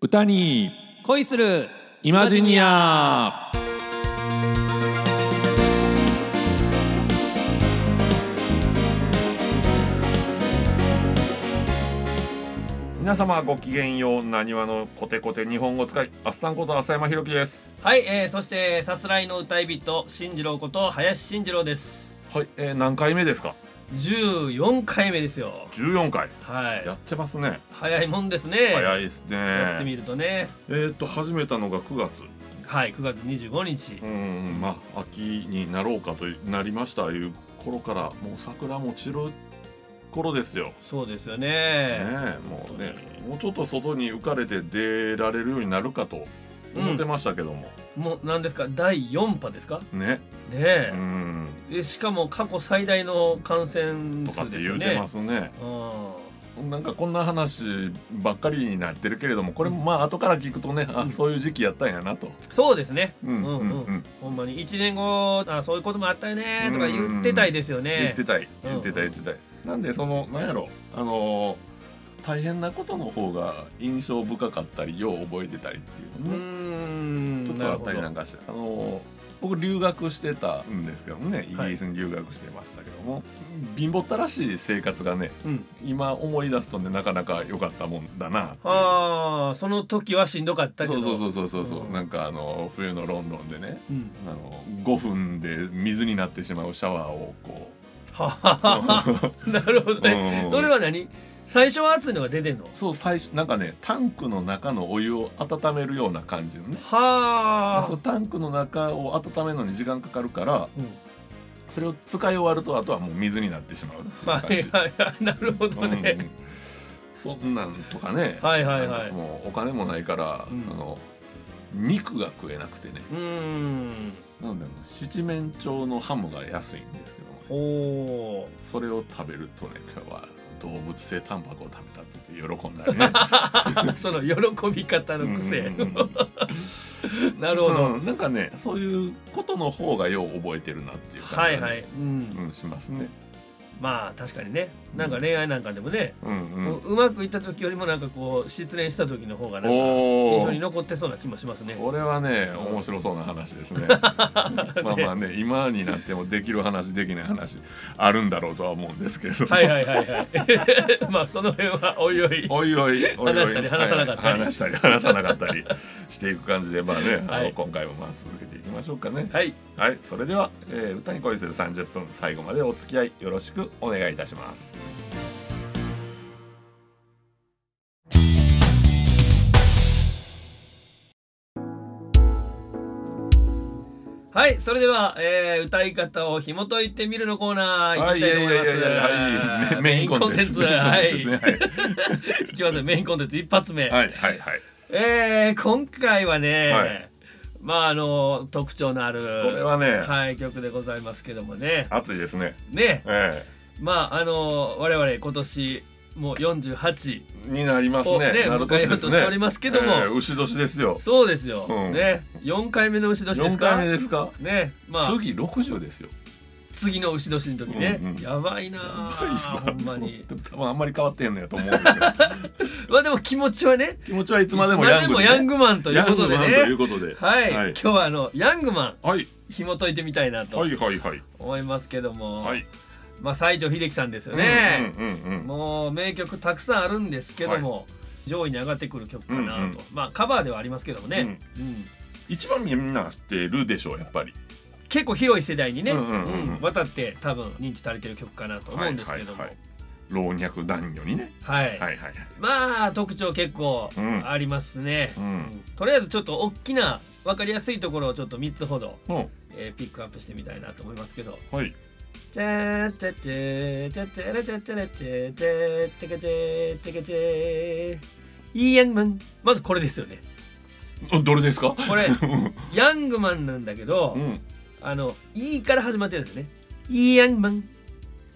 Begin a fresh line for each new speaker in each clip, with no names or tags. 歌に
恋する
イマジニア皆様ごきげんようなにわのコテコテ日本語使いあっさんこと浅山ひろきです
はい、えー、そしてさすらいの歌い人進次郎こと林進次郎です
はい、えー、何回目ですか
14回目ですよ
14回
はい
やってますね
早いもんですね
早いです
やってみ
ね
るとね
えーっと始めたのが9月
はい9月25日、
うんまあ秋になろうかというなりましたいう頃からもう桜も散る頃ですよ。ね
そうですよ
え
ね
もうねもうちょっと外に浮かれて出られるようになるかと思ってましたけども、
もう何ですか第4波ですか
ね、
ねえ
う,ん、
え、しかも過去最大の感染
とかっ
数
て
ですよ
言うて
ね
ますね
うん
なんかこんな話ばっかりになってるけれどもこれもまあ後から聞くとねあそういう時期やったんやなと。
そうですね、
う
うん
ん
うん
うんうん
ほんまに1年後あそういうこともあったよねとか言ってたいですよ
言
ね
ってたい
うん
言ってたい言ってたい、なんでそのなんやろあのー大変なことの方が印象深かったりよう覚えてたりっていうの
う
ね、
ん
ちょっとあったりなんかしてあのー僕留学してたんですけどもねイギリスに留学してましたけども、貧乏ったらしい生活がね
うん、
今思い出すとねなかなか良かったもんだなっていう
ああその時はしんどかったけ
そ
ど
うそうそうそうそうそう
うん
なんかあの冬のロンドンでね
うん、
あの5分で水になってしまうシャワーをこ
ははははなるほ
う、
どね、
うん
それは何最初は熱いのが出てんの
そう最初なんかねタンクの中のお湯を温めるような感じのね
は
そう
あ、
タンクの中を温めるのに時間かかるから
うん、
それを使い終わるとあとはもう水になってしまうっていう
は
感じ
いはいはいなるほど
うんう
ね、
んそんなんとかね、
はいはいはい
なんかもうお金もないから、
うん
あの肉が食えなくてね
うーん
なんだろう七面鳥のハムが安いんですけども
ほ
それを食べるとね今日は動物性タンパクを食べたって言って喜んだりね
う その喜び方の癖、
うんうんうん
なるほど、
うん、なんかねそういうことの方がよう覚えてるなっていう感
は
じ
い
がね、
はい、うん
うん、しますね。
まあ確かにねなんか恋愛なんかでもね、
うんう
う
ん、
うまくいった時よりもなんかこう失恋した時の方がなんか
お
印象に
ー
残ってそうな気もしますね
これはね
うん
面白そうな話です ね。まあまあね今になってもできる話できない話あるんだろうとは思うんですけれども
はいはいはい はいまあその辺はおいおい
おいおいおいおい
話したり話さなかったり
はい話したり話さなかったり していく感じでまあね、あ
は
の
い
今回もまあ続けていきましょうかね。
はい
はい、それでは、えー歌に恋する30分最後までお付き合いよろしくお願いいたします。
はいそれでは、えー歌い方を紐解いてみるのコーナー行
はい、
き
い
たいと
や
思
い
い
や
ま
い
す
やいや、はい、メメインコンテンツ。
は
メインコンテ
い
ンツね
いきますよメインコンテンツ一発目、
はい、はい、はい、
えー今回はね、
はい
まああの特徴のある
これはね、
はい曲でございますけどもね
熱いですね。
ね
え
まああの我々今年もう48
えになります
を
ね。
ね
なる
迎えようとしておりますけども
ええ牛年ですよ。
そうですよ、
うん
ね4回目の牛年で
四
すか
回目ですか。
ねまあ
次六十ですよ。
次の牛年の時ね、
うんうん
やばいなあほんまに
多分あんまり変わってへんのやと思うんです けど
まあでも気持ちはね
気持ちはいつまでもヤング
いつま
でね
でもヤングマンということで
ヤン
ね
グマンということで。
はい、
はい
今日はあのヤングマン
はい、
紐解いてみたいな
は
と
い、はい、はい。
思いますけども、
はい。
まあ西城秀樹さんですよね、
うん、うん、うん。
もう名曲たくさんあるんですけども、上位に上がってくる曲かなと、
うんうん
まあカバーではありますけどもね、うん
一番みんな知ってるでしょう、やっぱり。
結構広い世代にね、
うんうんうんうん
うん渡って多分認知されてる曲かなと思うんですけども
はいはいはい老若男女にね。
はい
はい、はい、はい。
まあ特徴結構ありますね、
うん
うんとりあえずちょっと大きな分かりやすいところをちょっと3つほど、
うん、
えーピックアップしてみたいなと思いますけど
はい。
「チャーチャチャチャチャチャチャチャチャチャチャチャチャチャチャイーヤングマン」まずこれですよね
おどれですか。
これヤングマンなんだけど、
うん。
あの「イー」から始まってるんですよね「イーヤングマン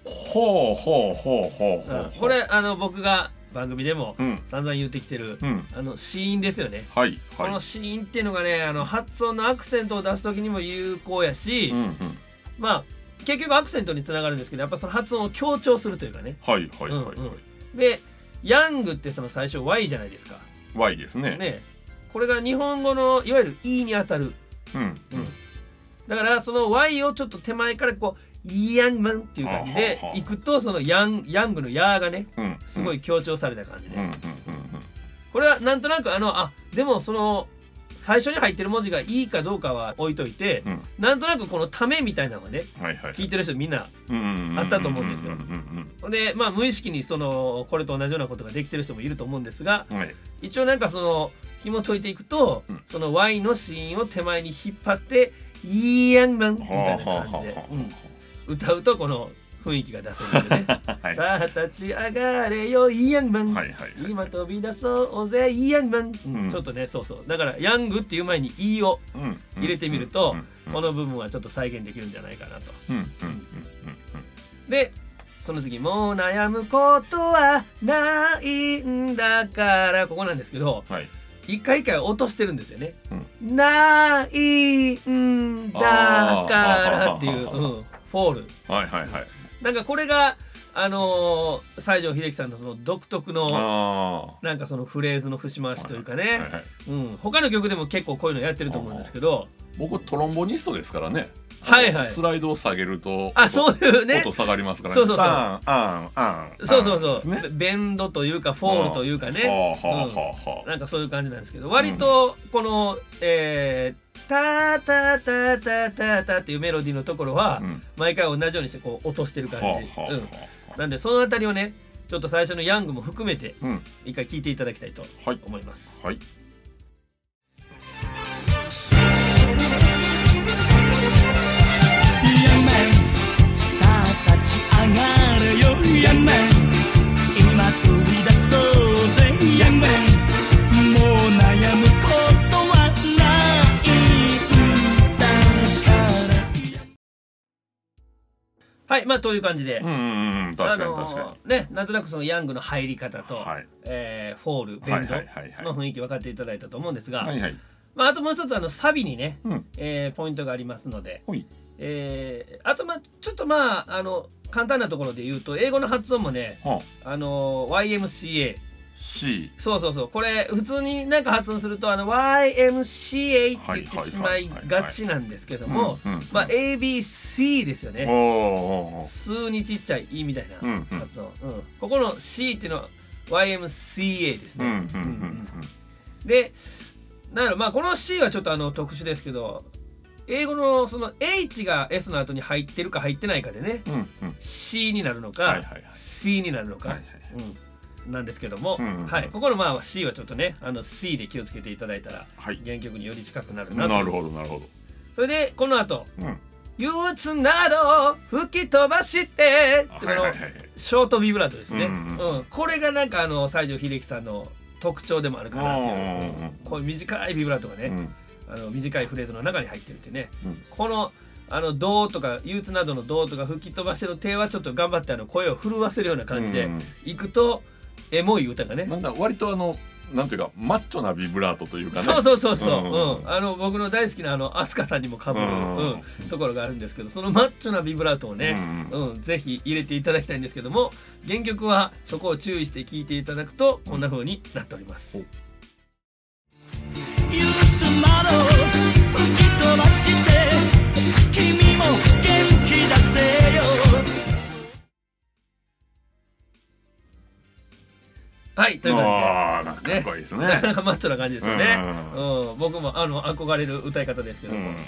ほうほうほうほう」ほ
うん
う。
これあの僕が番組でも
うん。
散々言ってきてる、
うん。
あのシーンですよね
はい。
この
は
シーンっていうのがねあの発音のアクセントを出す時にも有効やし、
い。うん。うん。
まあ結局アクセントにつながるんですけどやっぱその発音を強調するというかね
はい。はい。はい。
うん
はい。
でヤングってその最初 Y じゃないですか
Y ですね
ねこれが日本語のいわゆる「E」にあたる
うん
うんだからその Y をちょっと手前からこう「イヤングマン」っていう感じで
あはは
行くとそのヤンヤングの「ヤー」がね
うんうん
すごい強調された感じで、
うんうんうん
これはなんとなくあのあでもその最初に入ってる文字がいいかどうかは置いといて、
うん
なんとなくこの「ため」みたいなのがね
うんはいはい
聞いてる人みんな
あ
あったと思うんですよ
うん
でまあ無意識にそのこれと同じようなことができてる人もいると思うんですが
うんはい
一応なんかその紐解いていくと、
うん
その Y のシーンを手前に引っ張って「イヤングマン」みたいな感じで、
はあはあはあはあ
うん歌うとこの雰囲気が出せるんでね。
はい
さあ立ち上がれよイヤングマン、
はいはい
今飛び出そうぜイヤングマン、
うん
ちょっとねそうそうだからヤングっていう前に「イ」を入れてみるとこの部分はちょっと再現できるんじゃないかなと。
うんうんうん
でその次「もう悩むことはないんだから」ここなんですけど
はい
一回一回落としてるんですよね。
うん
ないんだからってい
あ
う、
ー
うん、フォール。
はいはいはい
なんかこれがあのー西城秀樹さんのその独特の
あ
なんかそのフレーズの節回しというかね、
あはいはい
うん、他の曲でも結構こういうのやってると思うんですけど
僕トロンボニストですからね
はいはい
スライドを下げると
あそういうね
音下がりますから
そうそうそう
あんあんあん
そうそうそう、
ね
ベンドというかフォールというかね、
はあはあはあはあ
なんかそういう感じなんですけど割とこの「えー、タタタタタタ」っていうメロディーのところは
うん
毎回同じようにしてこう落としてる感じ、
はあはあは
うん、
あ
なんでその辺りをねちょっと最初の「ヤング」も含めて
うん
一回聴いていただきたいと
はい
思います。
はい
ヤンマンさあ立ち上がれよヤンマン今飛び出そうぜヤンマンもう悩むことはないんだから
はいまあという感じで、
うんうんうん確かに確
あ
か
のーねなんとなくそのヤングの入り方と、
はい
えーフォール
に
ベ
はい
ン
はいはい
ドの
は
雰囲気分かっていただいたと思うんですが、
いはいはい
まあ、あともう一つあのサビにね、
うん
えーポイントがありますので、
ほい
えーあとまあちょっとまああの簡単なところで言うと英語の発音もね
はあ
あのー YMCA
C
そうそうそうこれ普通になんか発音するとあの YMCA って言ってしまいがちなんですけども
うんうんうん
まあ ABC ですよね。
おお
数にちっちゃい「い」みたいな
うんうん
発音、うんここの「C」っていうのは YMCA です
うん
ね、
うんうん
でなんだろうまあこの「C」はちょっとあの特殊ですけど英語のその「H」が S の後に入ってるか入ってないかでね
うんうんうん
「C」になるのか「
はいはいはい
C」になるのか、
はいはい
うん、なんですけども、
うんうん
はい、ここのまあ C はちょっとねあの C で気をつけていただいたら
はい
原曲により近くなるなと
なるほどなるほど
それでこの後
うん
憂鬱など吹き飛ばして」ってこのショートビブラートですね、う
うんんうん
これがなんかあの西城秀樹さんの特徴でもあるかなっていう、
うんうんうん
こういう短いビブラートがね、あの短いフレーズの中に入ってるっていうね、
うん
このあの「どう」とか「憂鬱などの「どう」とか「吹き飛ばして」の手はちょっと頑張ってあの声を震わせるような感じで
うんうん
いくと、エモい歌がね
なんだ割とあのなんていうかマッチョなビブラートというかね
そうそうそうそう、
う
うんん
うんうん
あの僕の大好きなあの飛鳥さんにもかぶる、
う
うんん
うんうん
ところがあるんですけどそのマッチョなビブラートをね、
う
うんぜひ入れていただきたいんですけども原曲はそこを注意して聞いていただくとこんな風になっております、
うん
憂鬱など吹き飛ばして君も元気出せよ
はいというわ
ああなんかかっこいいです
け
ね
でなかなかマッチョな感じですよね、
う
うん僕もあの憧れる歌い方ですけ
う
ど
んう
も、
んうん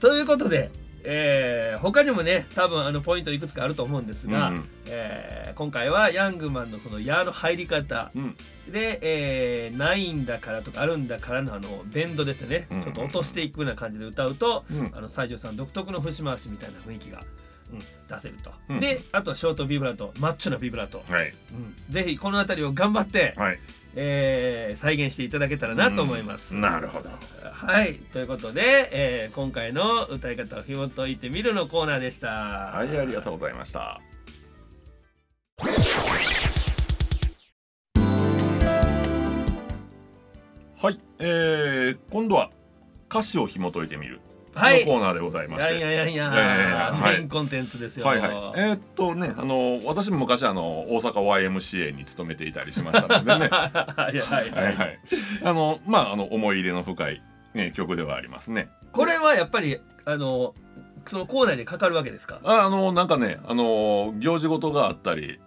ということで、えー他にもね多分あのポイントいくつかあると思うんですが、
うんうん
えー今回はヤングマンのその「矢」の入り方
うん
で、えーないんだからとかあるんだからのあのベンドですね、
うん
ちょっと落としていくような感じで歌うと、
うん
あの西条さん独特の節回しみたいな雰囲気が、うん、出せると、
うん
であとはショートビブラートマッチョなビブラート、
はい
うんぜひこの辺りを頑張って、
はい
えー再現していただけたらなと思います、
なるほど
はいということで、えー今回の歌い方を紐解いてみるのコーナーでしたは
はいありがとうございましたはいえー今度は歌詞を紐解いてみる
はい
のコーナーでございま
い
し
や
て
いやいやい
いやいやいや
や、
はい
メインコンテンツですよ。
はいはい、えーっとねあの私も昔あの大阪 YMCA に勤めていたりしましたのでね は
はいはい
い
は。
はいいあのまああの思い入れの深い、ね、曲ではありますね
これはやっぱり、あの、その校内でかかるわけですか。
ああのなんかねあの行事事があったり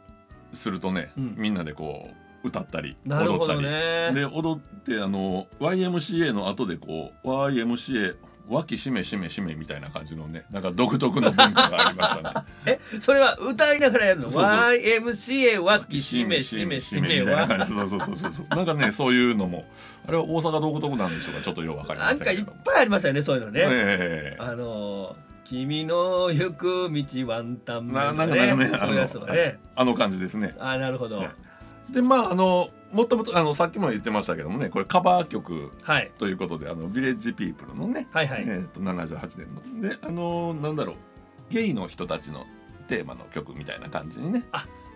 するとね、
うん
みんなでこう歌ったり
なる
踊
ほ
った
ど
り、
ね。
で踊ってあの YMCA の後でこう YMCA 脇締め締め締めみたいな感じのねなんか独特の文化がありましたね。
え、それは歌いながらやるの。
そうそう
Y. M. C. A. わきしめしめしめは。
みたいな感じそうそうそうそうそうなんかねそういうのもあれは大阪独特なんでしょうかちょっとよくわかりま
な
せん
ん
け
かい
ど
っ
も
ぱいありましたよね、そういうのね。
ええ
あのー君の行く道ワンタン
な
麺
な
と
ん
か
かなんか
ね
ね
そういうやつとかね。
あの感じですね
あーなるほど。
ねでまああのもともとあのさっきも言ってましたけどもねこれカバー曲
はい
ということであのビレッジピープルのね、
はいはい。
えー、と78年のであのなんだろうゲイの人たちのテーマの曲みたいな感じにね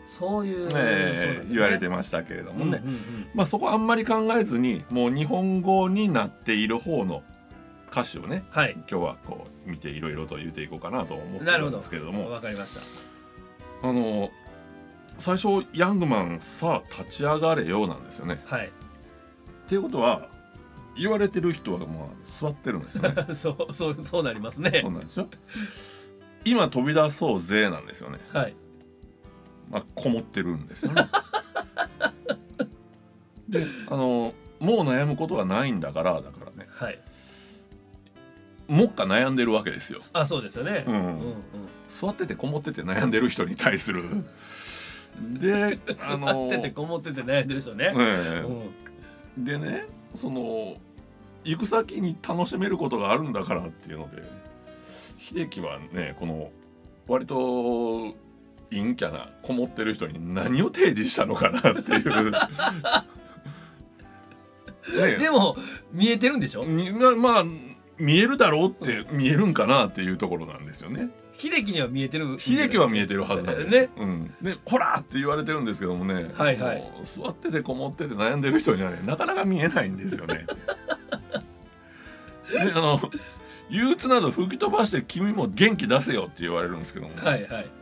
そういう、そうなん
え
です
ー
ね
言われてましたけれどもね、
うんうんうん
まあ、そこあんまり考えずにもう日本語になっている方の歌詞をね
はい。
今日はこう見ていろいろと言っていこうかなと思って
なる
る
ほ
ん
ど
ですけれども
わかりました。
あの最初「ヤングマンさあ立ち上がれよ」なんですよね。
はい。
っ ていうことは言われてる人はまあ座ってるんですよね。
そうそうそうなりますね
そう。なんですよ今飛び出そうぜなんですよね。
はい。
まあこもってるんですよね。であのもう悩むことはないんだからだからね
はい。
もっか悩んでるわけですよ。
あそうですよね。
うん
うんうん。
座っててこもってて悩んでる人に対するであ
座
の
っててこもってて悩んでる人ね。
え
うん
えでねその行く先に楽しめることがあるんだからっていうので秀樹はねこの割と陰キャなこもってる人に何を提示したのかなっていう。ね
でも見えてるんでしょ。
にまあまあ見えるだろうって見えるんかなっていうところなんですよね。
秀樹には見えてる。
秀樹は見えてるはずなんですよ。
ね
うん、で「ほら!」って言われてるんですけどもね、
はいはい
もう座っててこもってて悩んでる人にはねなかなか見えないんですよね。 であの憂鬱など吹き飛ばして君も元気出せよって言われるんですけども、
はいはい。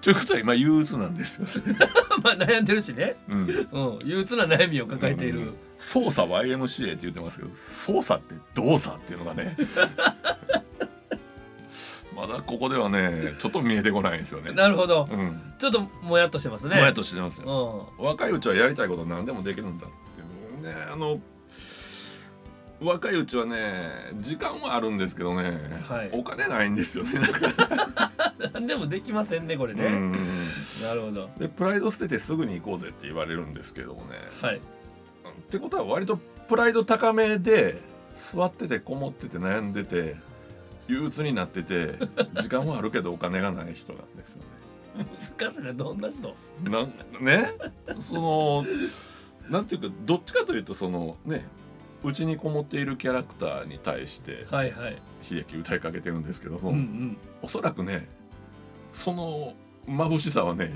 ということは今憂鬱なんですよね。
まあ悩んでるしね。
うん、
うん。憂鬱な悩みを抱えている。
操作 YMCA って言ってますけど操作って動作っていうのが ねまだここではねちょっと見えてこないんですよね。
なるほど。
うん、
ちょっともやっとしてます
も
ね。
やっとしてますよ。
うん。
若いうちはやりたいこと何でもできるんだってねあの若いうちはね時間はあるんですけどね、
はい
お金ないんですよねだから、
何でもできません ねこれね、
うん
なるほど
でプライド捨ててすぐに行こうぜって言われるんですけどもね
はい
ってことは割とプライド高めで座っててこもってて悩んでて憂鬱になってて時間はあるけどお金がない人なんですよね。
難しいねどんな人
なんねそのなんていうかどっちかというとそのねうちにこもっているキャラクターに対して
はいはい
秀樹歌いかけてるんですけども、
うんうん
おそらくねその眩しさはね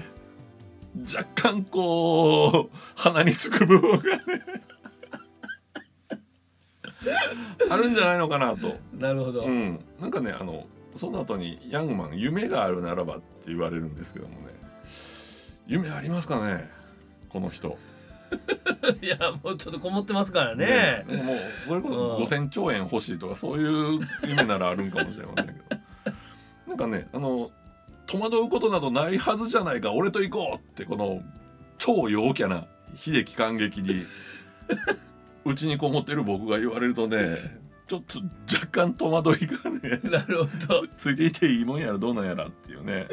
若干こう鼻につく部分が ねあるんじゃないのかなと。
なるほど、
うん、なんかねあのその後に「ヤングマン夢があるならば」って言われるんですけどもね夢ありますかねこの人
いやもうちょっとこもってますからね
ねもうそれこ
うん
そ5,000兆円欲しいとかそういう夢ならあるんかもしれませんけどなんかねあの戸惑うことなどないはずじゃないか俺と行こうってこの超陽キャな秀樹感激にうちにこもってる僕が言われるとねちょっと若干戸惑いがね
なるほ ど
つついていていいもんやらどうなんやらっていうね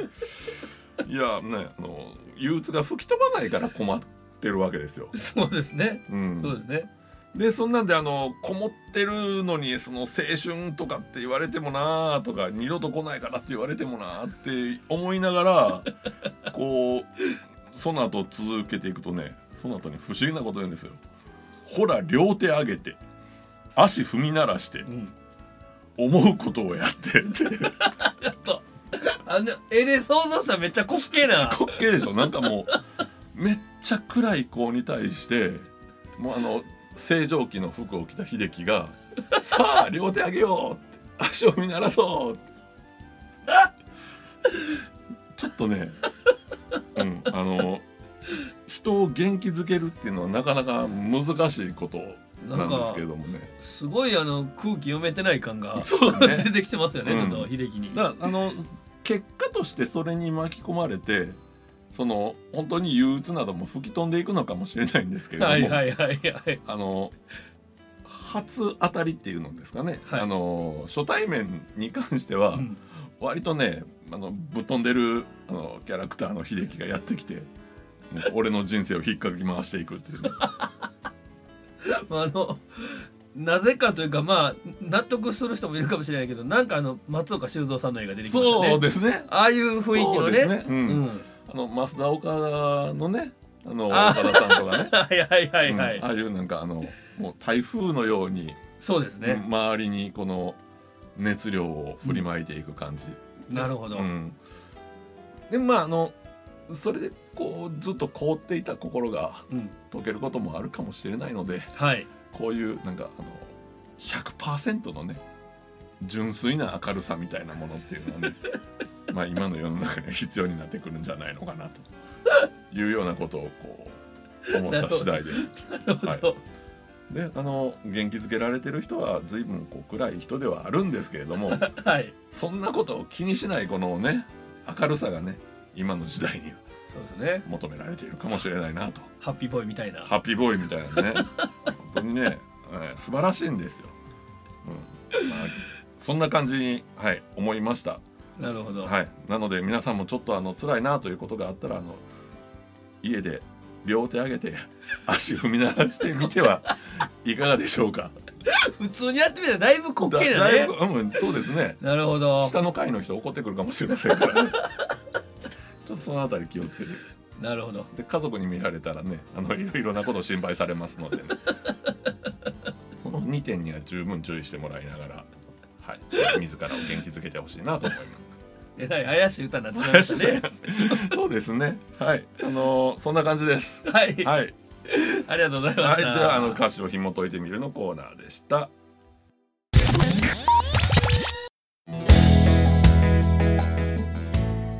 いやねあの憂鬱が吹き飛ばないから困ってるわけですよ。
そうですね
うん、
そうですね
でそんなんであのこもってるのにその青春とかって言われてもなあとか二度と来ないからって言われてもなあって思いな がらこうその後続けていくとねその後に不思議なこと言うんですよ。ほら両手上げて足踏み鳴らして
うん
思うことをやってって。
ちょっとあの絵で想像したらめっちゃ滑稽な
滑稽でしょなんかもうめっちゃ暗い子に対してもうあの正常期の服を着た秀樹が「さあ両手あげよう」って足を見習そうちょっとねうんあの人を元気づけるっていうのはなかなか難しいことなんですけれどもね
すごいあの空気読めてない感が
そうね
出てきてますよね、
うん
ちょっと秀樹に。
だからあの結果としてそれに巻き込まれてその本当に憂鬱なども吹き飛んでいくのかもしれないんですけれども、
はいはいはいはい。
あの初当たりっていうのですかね、
はい
あの初対面に関しては
うん
割とねあのぶっ飛んでるあのキャラクターの秀樹がやってきてもう俺の人生をひっかき回していく っていうね、
まああのなぜかというかまあ納得する人もいるかもしれないけどなんかあの松岡修造さんの映画出てきました
そう
ね。
ですね
ああいう雰囲気
そ
の
う
ね
です。ね、う
うん ん、
あの増田岡田のねあの
あ
岡田さんとかね
はいはいはいはい。
うんああいうなんかあのもう台風のように、
そうですね。
周りにこの熱量を振りまいていく感じ、
なるほど。
うんでまああのそれでこうずっと凍っていた心が
うん
溶けることもあるかもしれないので
はい。
こういうなんかあの100%のね純粋な明るさみたいなものっていうのは ねまあ今の世の中には必要になってくるんじゃないのかなというようなことをこう思った次第です。
なるほど。
であの元気づけられてる人は随分こう暗い人ではあるんですけれども
はい。
そんなことを気にしないこのね明るさがね今の時代には
そうですね。
求められているかもしれないなと
ハッピーボーイみたいな。
ハッピーボーイみたいなね本当にね、えー素晴らしいんですよ、うんまあそんな感じに、はい、思いました、
なるほど。
はい、なので皆さんもちょっとあの辛いなということがあったらあの家で両手上げて足踏み鳴らしてみてはいかがでしょうか
普通にやってみたらだいぶ滑
だ
稽だ
だい
ね
ぶ。うん、そうですね
なるほど。
下の階の人怒ってくるかもしれま せんから、ね、ちょっとそのあたり気をつけて
なるほど。
で家族に見られたらねあのいろいろなこと心配されますの で、ね、その2点には十分注意してもらいながら、はい、自らを元気づけてほしいなと思いま す。
えらい怪しい歌になってしまいましたね。
そうですねはいあのーそんな感じです。
はい、
はい、
ありがとうございま
はい、
し
で
た。
はあの歌詞を紐解いてみるのコーナーでした。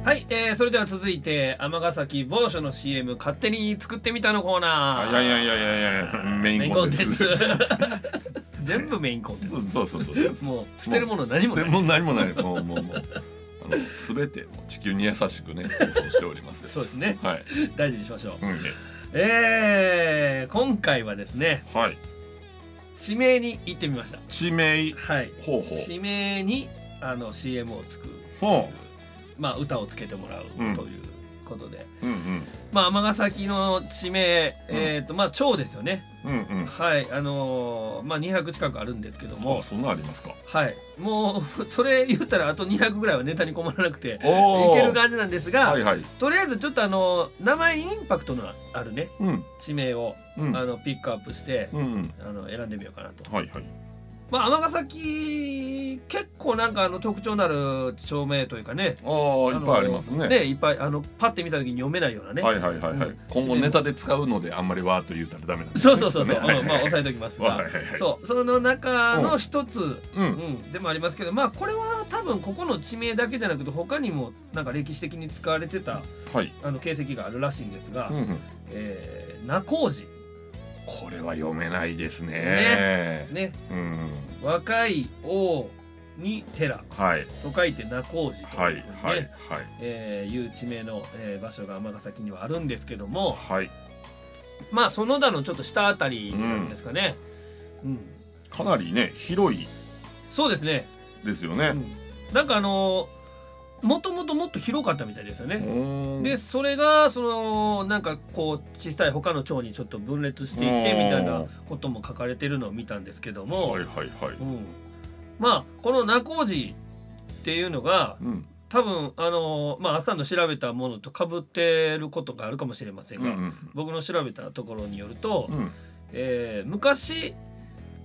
はい、えー、それでは続いて尼崎某所の CM 勝手に作ってみたのコーナー。
いやいやいやいやいやメインコンテンツ
メイン。コンテンツ 全部メインコンテン ツ。
そうそうそうそう。
もう捨てるもの何も
も
ない。
う何もないもうもうもうあの全てもう地球に優しくね放送しております
そうですね。
はい、
大事にしましょう。
うんね、
えー、今回はですね
はい
地名に行ってみました。
地名
はい。
ほうほ
地名にあの CM を作る。
うほ
まあ歌をつけてもらう
うん
ということで。
ううん
まあ尼崎の地名、
うん
えっ、とまあ町ですよね。
うんうんうん
はい、あのーまあ200近くあるんですけど
も
も
う、そんなありますか
はい、もう それ言ったらあと200ぐらいはネタに困らなくて
お
い
ー
ける感じなんですが、
はいはい
とりあえずちょっとあの名前にインパクトのあるね
うん
地名を、
うん
あのピックアップして、
うんうん
あの選んでみようかなと。
はいはい
まあ尼崎結構なんかあの特徴のある町名というかね。
ああいっぱいあります
あの
ね
ねいっぱいあのパッて見た時に読めないようなね。
はいはいはいは
う
い
ん
今後ネタで使うのであんまりわーっと言うたらダメなんです
そうそうそうそう、
ねはいはい
うんまあ押さえておきますが、
はいはいはい
そうその中の一つ、
う
うんん、でもありますけどまあこれは多分ここの地名だけじゃなくて他にもなんか歴史的に使われてた
はい
あの形跡があるらしいんですが、
うんうん
えー、名工事
これは読めないですね
ねね
うん
若い王に寺
はい
と書いて名工事と
はい
ね
はいはい
えーいう地名の、えー場所が尼崎にはあるんですけども
はい
まあその他のちょっと下あたりなんですかね、うん
かなりね広い
そうですね、
ですよ
う
ね
ん、なんかあのもともともっと広かったみたいですよね、
うん
でそれがそのなんかこう小さい他の町にちょっと分裂していって
うん
みたいなことも書かれてるのを見たんですけども、
はいはいはい
うん、まあこの名工事っていうのが
うん
多分あの、まあ、朝の調べたものとかぶってることがあるかもしれません
うんう
が、
ん
僕の調べたところによると、
うん
えー昔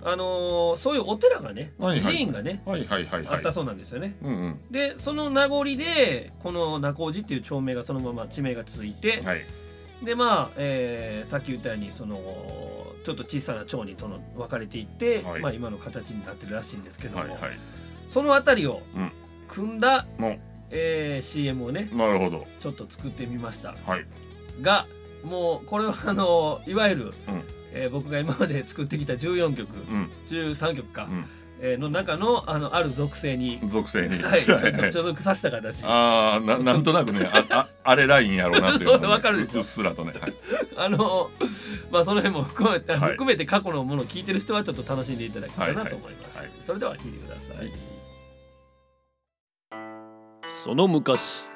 あのそういうお寺がね、
はいはい
寺院がね、
はいはいはいは
あ
い
ったそうなんですよね。
うんうん
でその名残でこの名工寺っていう町名がそのまま地名がついて、
はい
でまあ、えーさっき言ったようにそのちょっと小さな町にとの分かれていって、
はい
まあ、今の形になってるらしいんですけども、
はいはい
そのあたりを
うん
組んだ、
うん
えー CM をね
なるほど
ちょっと作ってみました
はい
がもうこれはあのいわゆる、
うん
えー僕が今まで作ってきた14曲
うん
13曲か、
うん
えーの中のあのある属性に、
属性に、
はい、ちょっと所属させた形
あ
あ
あななんとなくねあああれラインやろうなっていうのがね
わかるでしょ
うっすらとね、はい
のまあその辺も含めて、
はい
含めて過去のものを聞いてる人はちょっと楽しんでいただけたらなと思います、
はいはい
それでは聞いてください、
はい
その昔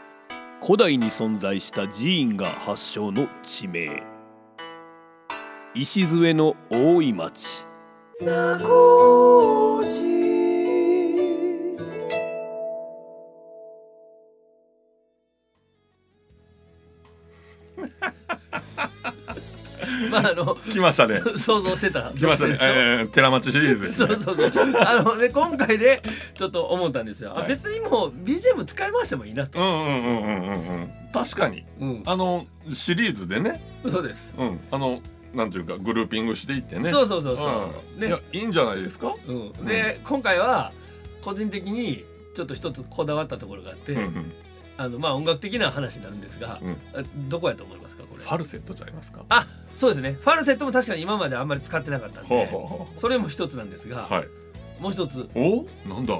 古代に存在した寺院が発祥の地名礎の大井町
まああの
来ま したね
想像してた
来ましたね、
属性でしょ
えー、寺町シリーズです
そ
ね
うそうそうあのね今回でちょっと思ったんですよ、あ
はい
別にもう BGM 使い回してもいいなと、
うんうんうんうんうんうん確かに
うん、
あのシリーズでね、
そうです、
うん、あのなんていうかグルーピングしていってね
そううそうそうそう、
ん、いやいいんじゃないですか
うん、で、今回は個人的にちょっと一つこだわったところがあって、
うんうん
あのまあ音楽的な話になるんですが、
うん
あどこやと思いますかこれ
ファルセットちゃいますか
あそうですねファルセットも確かに今まであんまり使ってなかったんで
ほうほうほ
それも一つなんですが、
うはい
もう一つ
おなんだ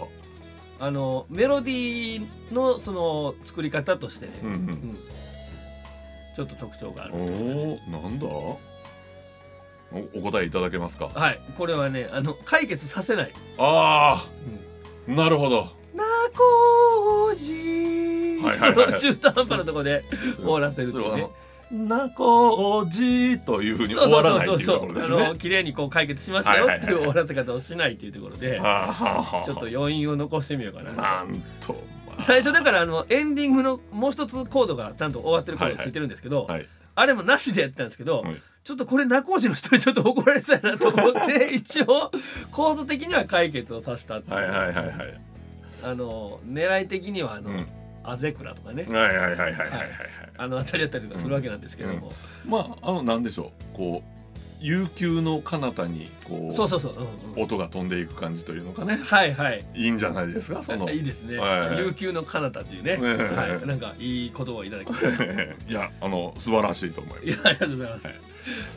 あのメロディーのその作り方としてね、
うんうん
ちょっと特徴がある
おおーなんだおお答えいただけますか
はいこれはねあの解決させない
ああなるほど
「なこじ」
はいはいはいはい
中途半端なところで終わらせるっ
そ
て
れは
いう
あ
ね
のなこじというふうに終わらないっていうところです
そうそうそうそうあ
ね
の綺麗にこう解決しましたよ
はいはいはい
っていう終わらせ方をしないっていうところで、
あーはあはあ
ちょっと余韻を残してみようかな。
なんと、まあ
最初だからあのエンディングのもう一つコードがちゃんと終わってるコードがついてるんですけど、
はい
あれもなしでやってたんですけど、
はい
ちょっとこれ中越の人にちょっと怒られそうやなと思って一応コード的には解決をさせたっていう
はいはいはいはい
あの狙い的にはあの、
うん
アゼクラとかね、
はいはいはいはいはいはいはい
あの辺りだったりとかするわけなんですけども、
まああのなんでしょうこう悠久の彼方にこう
そうそうそう、うんうん
音が飛んでいく感じというのかね
はいはい
いいんじゃないですかその
いいですね、
はいはい
琉球の彼方っていうね、
ね
はい、なんかいい言葉をいただきまし た
いやあの素晴らしいと思います
いやありがとうございます、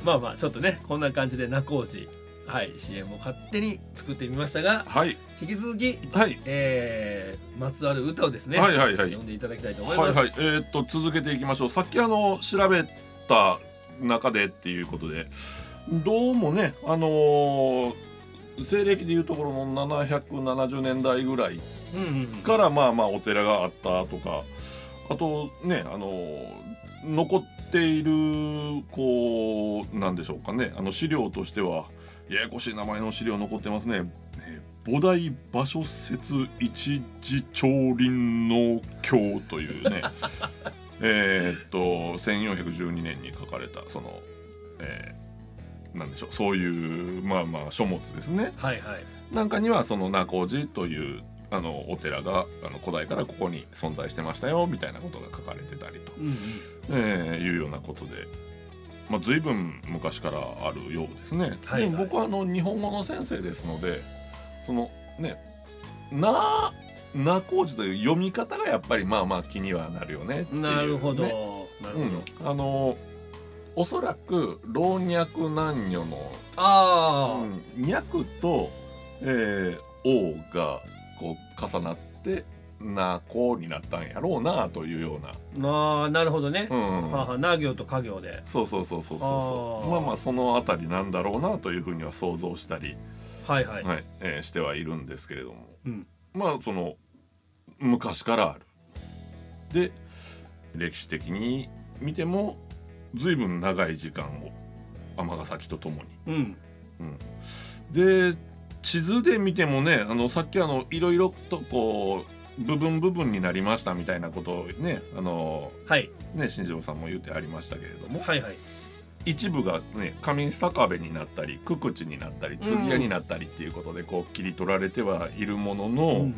まあまあちょっとねこんな感じで中越市はい CM を勝手に作ってみましたが
はい
引き続き、
はい
えー、まつわる歌をですね、
はいはいはい
読んでいただきたいと思
はいい
ます、
はいえーっと続けていきましょうさっきあの調べた中でっていうことでどうもねあのー西暦でいうところの770年代ぐらい
うんうんうん
からまあまあお寺があったとかあとねあの残っているこうなんでしょうかねあの資料としてはややこしい名前の資料残ってますねえー菩提場所説一時長林の経というね えーっと1412年に書かれたその、えーなんでしょうそういうまあまあ書物ですね。
はいはい
なんかにはその中寺というあのお寺があの古代からここに存在してましたよみたいなことが書かれてたりと、
うんうん
えーいうようなことで、まあ、随分昔からあるようですね。
はい
でも僕はあの日本語の先生ですのでそのね「な」「なこ寺という読み方がやっぱりまあまあ気にはなるよねっていうね
なるほど、なるほど、
うん、あのおそらく老若男女の
ああ、
脈と、えー、王がこう重なってなこうになったんやろうなというような、
あーなるほどね、
うん
はあはあな行と家行で
そうそうそうそうそうそう
あー
まあまあそのあたりなんだろうなというふうには想像したり、
はいはい、
はいえーしてはいるんですけれども
うん
まあその昔からある。で歴史的に見ても随分長い時間を尼崎とともに
うん
で地図で見てもねあのさっきあのいろいろとこう部分部分になりましたみたいなことをねあの
はい
ね新庄さんも言ってありましたけれども
はいはい
一部がね上坂部になったり久口になったり次屋になったりっていうことでこう切り取られてはいるものの、
うん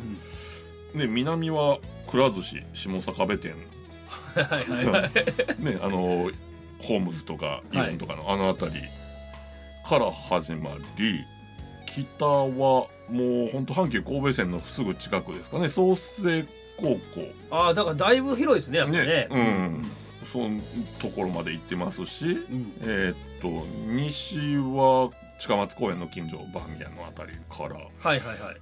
うん
ね、南はくら寿司下坂部店、
はいはいはい
ね、あのホームズとかイオンとかのあの辺りから始まり、北はもう本当阪急神戸線のすぐ近くですかね創成高校
ああだからだいぶ広いですねやっぱね
ねうんそのところまで行ってますし
うん
えーっと西は近松公園の近所バーミヤンのあたりから、
はいはいはい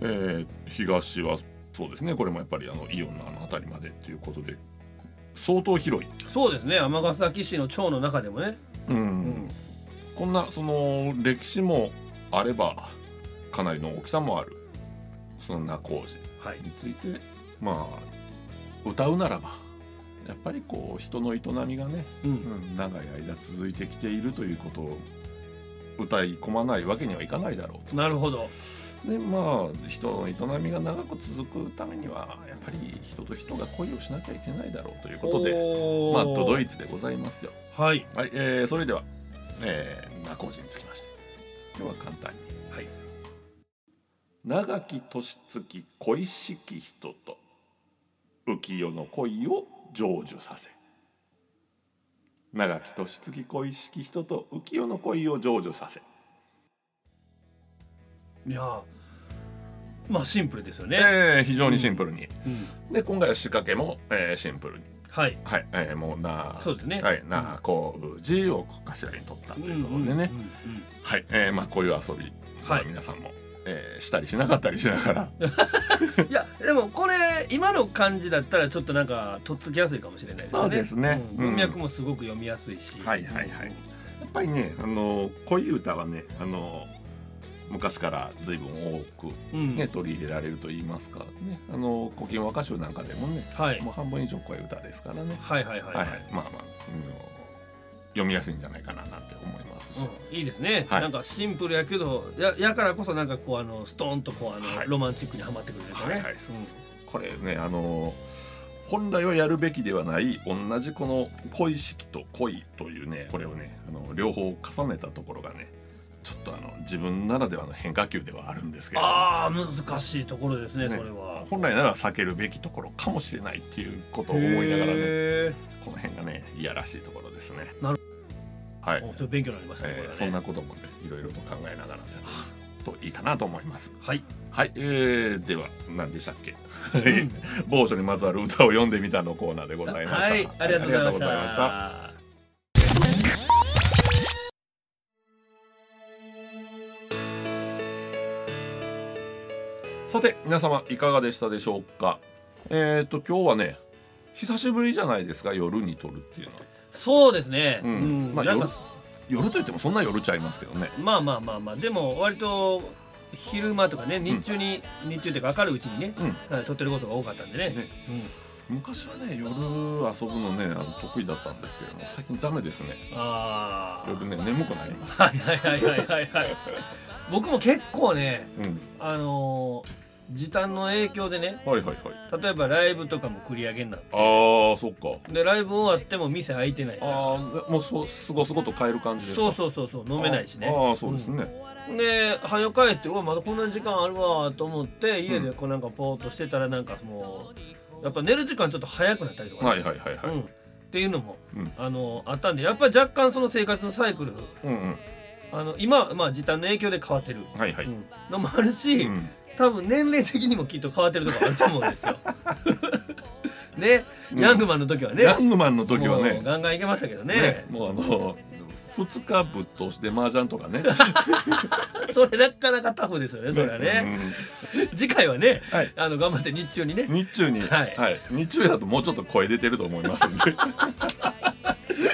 えー東はそうですねこれもやっぱりあのイオンのあの辺りまでっていうことで相当広い、
そうですね尼崎市の町の中でもね、うん
こんなその歴史もあればかなりの大きさもあるそんな工事
はい
についてまあ歌うならばやっぱりこう人の営みがね、
う
うんん、長い間続いてきているということを歌い込まないわけにはいかないだろうと。
なるほど
でまあ人の営みが長く続くためにはやっぱり人と人が恋をしなきゃいけないだろうということで
おー
まあドドイツでございますよ。
はい
はい、えーそれでは、えー、中尾寺につきまして今日は簡単に、
はい、
長き年月恋しき人と浮世の恋を成就させ長き年月恋しき人と浮世の恋を成就させ、
いやーまあシンプルですよね、
えー、非常にシンプルに、
うん、
で今回は仕掛けも、えー、シンプルに
はい
はい、えー、もうな
そうですね
はい、なこう字を頭に取ったということでね、
うんうん
はい、えー、まあこういう遊び、
はい
皆さんも、えー、したりしなかったりしながら、
いやでもこれ今の感じだったらちょっとなんかとっつきやすいかもしれないですね。
そうですね
うん
うん
文脈もすごく読みやすいし。
はいはいはいやっぱりね、あのー、恋歌はね、あのー、昔から随分多く
うん。
ね、取り入れられると言いますか、ね、あのー、古今和歌集なんかでもね、
はい
もう半分以上恋歌ですからね。
はいはいはい
は、
はいい
はい。、まあまあ、あのー読みやすいんじゃないかななんて思いますし、
うんいいですね、
はい
なんかシンプルやけどややからこそなんかこうあのストーンとこうあの、
はい
ロマンチックにはまってくるんですよね。
はいはいそう
うん
そうこれねあの本来はやるべきではない同じこの恋意識と恋というねこれをねあの両方重ねたところがねちょっとあの自分ならではの変化球ではあるんですけれども
ああ難しいところですね
ね
それは。
本来なら避けるべきところかもしれないっていうことを思いながらね
へ
この辺がねいやらしいところですね。
なる
は
ー
い
おちょっ、と勉強になりましたね。これ
えー
はね
そんなこともねいろいろと考えながらねといいかなと思います。
はい
はい、えー、では何でしたっけ、はい 某所にまつわる歌を読んでみたのコーナーでございました。
はいありがとうご
あり
ざいまし
がとうございました
た。
さて皆様いかがでしたでしょうか。えっ、ー、と今日はね久しぶりじゃないですか夜に撮るっていうのは。
そうですね。
うん
うん
まあ
なんか
夜夜といってもそんな夜ちゃいますけどね。
まあまあまあまあでも割と昼間とかね日中に、日中っていうか明るいうちにね、
うん
はい撮ってることが多かったんでね
ね
うん
昔はね夜遊ぶのねあの得意だったんですけれども最近ダメですね。
ああ
夜ね眠くなります。
はいはいはいはいはいはい僕も結構ね
うん。
あのー時短の影響でね
はいはいはい。
例えばライブとかも繰り上げになっ
ああそっか。
てでライブ終わっても店開いてない
ああもうそうすごすごと変える感じですか。
そうそうそうそう飲めないしね
ああそうですね。
で早よ帰ってうわまだこんな時間あるわと思って家でこうなんかポーっとしてたらなんかもうやっぱ寝る時間ちょっと早くなったりとかね、
はいはいはいはい。
うん、っていうのも、
うん
あのあったんでやっぱり若干その生活のサイクル
うんうん。
あの今はまあ時短の影響で変わってる、
はいはい。
うんのもあるし、
うん
多分年齢的にもきっと変わってるとこあると思う んですよ。ね、
うん
ヤングマンの時はね
ヤングマンの時は
も
ね
う、ガンガンいけましたけどね
ねもうあの2日ぶっ通して麻雀とかね。
それなかなかタフですよねそれはね。次回はね、
はい
あの頑張って日中にね
うん日中に、
はい
はい、日中だともうちょっと声出てると思いますんで。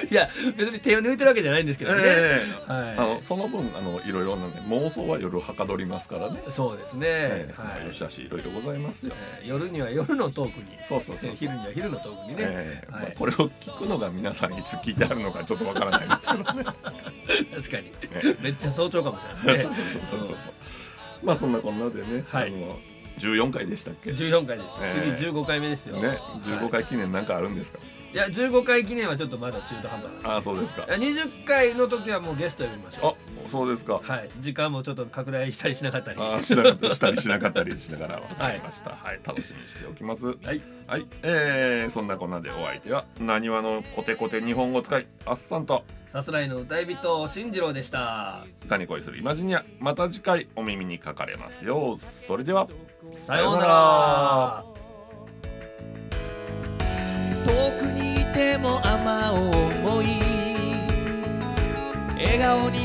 いや別に手を抜いてるわけじゃないんですけどね。
ええあ
は
のその分あのいろいろなね妄想は夜はかどりますからね。
い、そうですね、
ええ
は
まあ
い
よしあしいろいろございますよ。
えー夜には夜のトークに
そうそうそうそう
えー昼には昼のトークにね、
ええ
はい
まあ、これを聞くのが皆さんいつ聞いてあるのかちょっとわからないですけど ね。
確かに、
ね
めっちゃ早朝かもしれないです
そう
ね
そうそうそうそう。まあそんなこんなでね、
はい
あの14回でしたっけ。ね
14回です、
ええ
次15回目ですよ、
15
はい
回記念なんかあるんですか、
いや15回記念はちょっとまだ中途半端なんで
ああそうですか
いや20回の時はもうゲスト呼びましょ
あそうですか
うはい時間もちょっと拡大したりしなかったり
あ
は
ーしなかったしたりしなかったりしながら分かりましたはい、楽しみにしておきますはいえー、そんなこんなでお相手はなにわのコテコテ日本語使いあっさんと
さすらいの歌い人進次郎でした
谷恋するイマジニアまた次回お耳にかかれますようそれでは
さようなら
遠くにいても雨を思い笑顔に